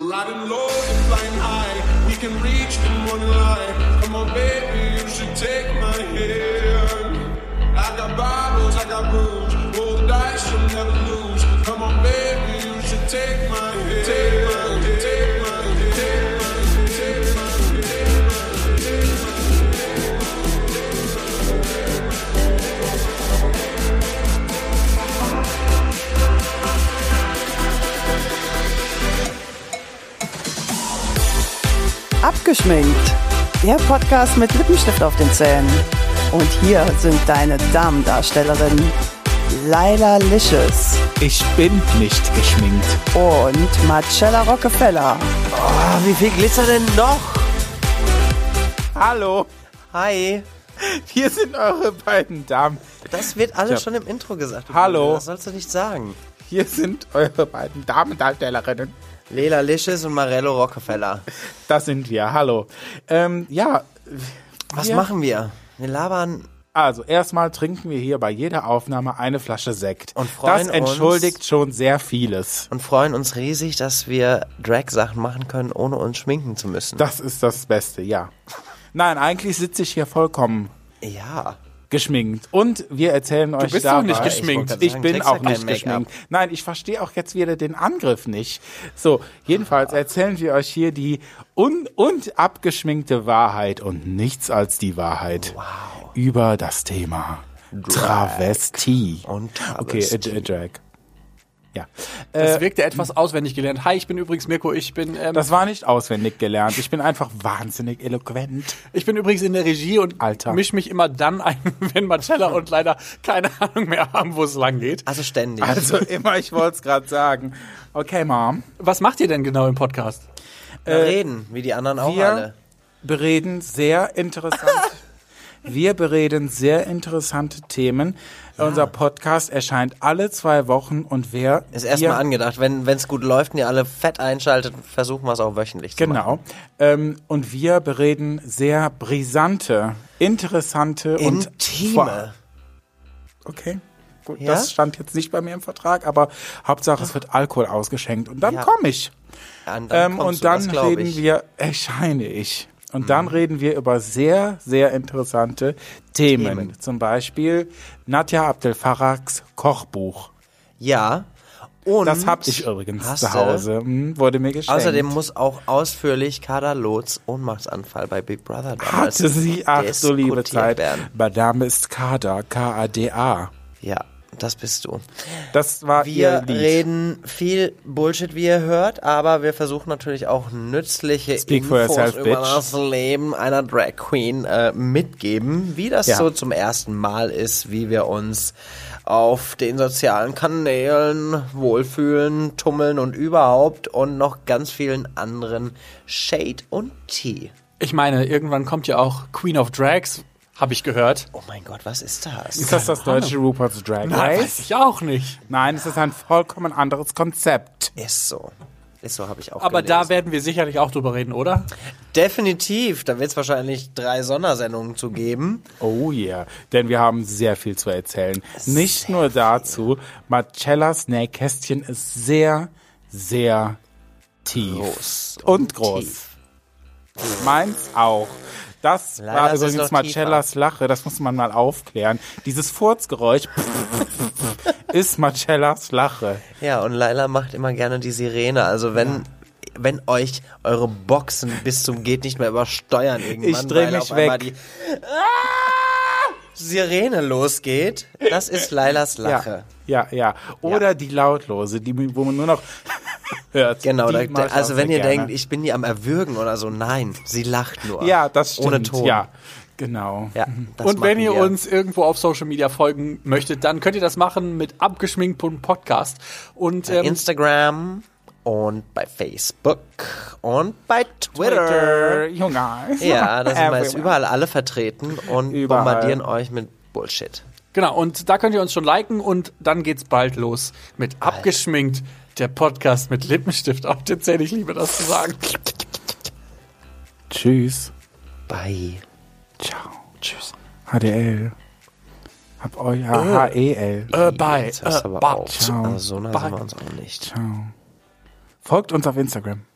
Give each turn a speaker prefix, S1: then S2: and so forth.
S1: Riding low and flying high, we can reach in one line. Come on, baby, you should take my hand. I got bottles, I got rules. Roll the dice, you'll never lose. Come on, baby, you should take my hand. Take my hand, take my hand, take my hand, take my hand, take my hand.
S2: Abgeschminkt. Der Podcast mit Lippenstift auf den Zähnen. Und hier sind deine Damendarstellerinnen Laila Licious
S3: Ich bin nicht geschminkt.
S2: und Marcella Rockefeller.
S4: Ah, wie viel Glitzer denn noch?
S3: Hallo,
S4: Hi.
S3: hier sind eure beiden Damen.
S4: Das wird alles
S3: Ja.
S4: schon im Intro gesagt. Du
S3: Hallo.
S4: Blöde, Das sollst du nicht sagen.
S3: Hier sind eure beiden Damendarstellerinnen.
S4: Lela Lisches und Marello Rockefeller.
S3: Das sind wir. Hallo. Ähm, ja,
S4: Was
S3: Ja.
S4: machen wir? Wir labern.
S3: also erstmal trinken wir hier bei jeder Aufnahme eine Flasche Sekt.
S4: Und freuen
S3: das entschuldigt schon sehr vieles.
S4: Und freuen uns riesig, dass wir Drag-Sachen machen können, ohne uns schminken zu müssen.
S3: Das ist das Beste, ja. Nein, eigentlich sitze ich hier vollkommen
S4: Ja.
S3: geschminkt und wir erzählen euch
S5: bist
S3: dabei,
S5: doch nicht geschminkt.
S3: Ich,
S4: Ich wollte gerade sagen,
S3: bin
S4: trägst ja
S3: auch
S4: kein
S3: nicht
S4: Make-up.
S3: geschminkt. Nein, ich verstehe auch jetzt wieder den Angriff nicht. So, jedenfalls erzählen wir euch hier die un und abgeschminkte Wahrheit und nichts als die Wahrheit über das Thema Travestie.
S4: Und
S3: Okay,
S4: Travestie.
S3: äh, äh, Drag. Ja. Äh,
S5: Das wirkte etwas auswendig gelernt. Hi, ich bin übrigens Mirko. Ich bin, ähm,
S3: Das war nicht auswendig gelernt. Ich bin einfach wahnsinnig eloquent.
S5: ich bin übrigens in der Regie und
S3: Alter.
S5: misch mich immer dann ein, wenn Marcella und leider keine Ahnung mehr haben, wo es lang geht.
S4: Also ständig.
S3: Also immer, ich wollte es gerade sagen. Okay, Mom.
S5: Was macht ihr denn genau im Podcast?
S4: wir reden, wie die anderen auch
S3: äh, Wir
S4: alle.
S3: bereden sehr interessant. Wir bereden sehr interessante Themen. Unser Podcast erscheint alle zwei Wochen und wer
S4: Ist
S3: ihr-
S4: erstmal angedacht. Wenn es gut läuft und ihr alle fett einschaltet, versuchen wir es auch wöchentlich zu
S3: genau
S4: machen.
S3: ähm, und wir bereden sehr brisante, interessante und
S4: Intime.
S3: okay. Gut,
S4: Ja?
S3: das stand jetzt nicht bei mir im Vertrag, aber Hauptsache es wird Alkohol ausgeschenkt und dann
S4: Ja.
S3: komme ich.
S4: Und
S3: Ähm,
S4: kommst
S3: und
S4: du, das
S3: dann
S4: glaub
S3: reden
S4: ich. Mhm.
S3: wir, erscheine ich. Und dann reden wir über sehr, sehr interessante Themen. Zum Beispiel Nadja Abdel Faraks Kochbuch.
S4: Ja. Und
S3: Das hab ich übrigens
S4: hast
S3: zu
S4: du?
S3: Hause. Hm, wurde mir geschenkt.
S4: Außerdem muss auch ausführlich Kader Lotz Ohnmachtsanfall bei Big Brother damals
S3: hatte sie, ach du liebe
S4: diskutiert
S3: Zeit,
S4: werden.
S3: Madame ist Kada, K-A-D-A.
S4: Ja, das bist du.
S3: Das war ihr
S4: Wir
S3: Lied.
S4: reden viel Bullshit, wie ihr hört, aber wir versuchen natürlich auch nützliche
S3: Speak for
S4: Infos
S3: yourself,
S4: über
S3: bitch.
S4: das Leben einer Drag Queen äh, mitgeben, wie das
S3: Ja.
S4: so zum ersten Mal ist, wie wir uns auf den sozialen Kanälen wohlfühlen, tummeln und überhaupt und noch ganz vielen anderen Shade und Tee.
S5: Ich meine, irgendwann kommt ja auch Queen of Drags, habe ich gehört.
S4: Oh mein Gott, was ist das?
S3: Ist das das deutsche RuPaul's Drag Race?
S5: ich auch nicht.
S3: Nein, es ist ein vollkommen anderes Konzept.
S4: Ist so. Ist so, habe ich auch
S5: Aber da
S4: gelesen.
S5: werden wir sicherlich auch drüber reden, oder?
S4: Definitiv, da wird es wahrscheinlich drei Sondersendungen zu geben.
S3: Oh yeah, denn wir haben sehr viel zu erzählen. Nicht nur dazu, Marcellas Nähkästchen ist sehr, sehr tief.
S4: Groß
S3: und, groß.
S4: tief.
S3: Meins auch. Das
S4: Leider
S3: war
S4: ist es
S3: übrigens
S4: noch
S3: Marcellas Lache, das muss man mal aufklären. Dieses Furzgeräusch ist Marcellas Lache.
S4: Ja, und Laila macht immer gerne die Sirene. Also wenn, wenn euch eure Boxen bis zum geht nicht mehr übersteuern irgendwann,
S3: Ich dreh
S4: weil
S3: mich
S4: auf einmal
S3: weg.
S4: die Ah! Sirene losgeht, das ist Lailas Lache.
S3: Ja, ja, ja. Oder die lautlose, die, wo man nur noch hört.
S4: Genau,
S3: Die
S4: da,
S3: mag ich auch
S4: also wenn
S3: sehr
S4: ihr
S3: gerne.
S4: denkt, ich bin die am Erwürgen oder so, nein, sie lacht nur.
S3: Ja, das stimmt.
S4: Ohne Ton.
S3: Ja, genau.
S4: Ja, das
S5: und wenn
S4: machen
S5: ihr
S4: wir.
S5: uns irgendwo auf Social Media folgen möchtet, dann könnt ihr das machen mit abgeschminkt.podcast. Und ähm,
S4: Instagram und bei Facebook und bei Twitter.
S3: Twitter, Junge.
S4: Ja, da sind wir jetzt
S3: Everywhere.
S4: überall alle vertreten und
S3: Überall.
S4: bombardieren euch mit Bullshit.
S5: Genau, und da könnt ihr uns schon liken und dann geht's bald los mit Abgeschminkt, der Podcast mit Lippenstift auf den Zähnen. Ich liebe das zu sagen.
S3: Tschüss.
S4: Bye.
S3: Ciao. Tschüss. HDL. Hab E euch H-E-L.
S5: Äh, bye.
S4: Jetzt hörst du
S5: Äh,
S4: aber
S5: bye.
S4: auf. Also so nah sind wir uns auch nicht.
S3: Folgt uns auf Instagram.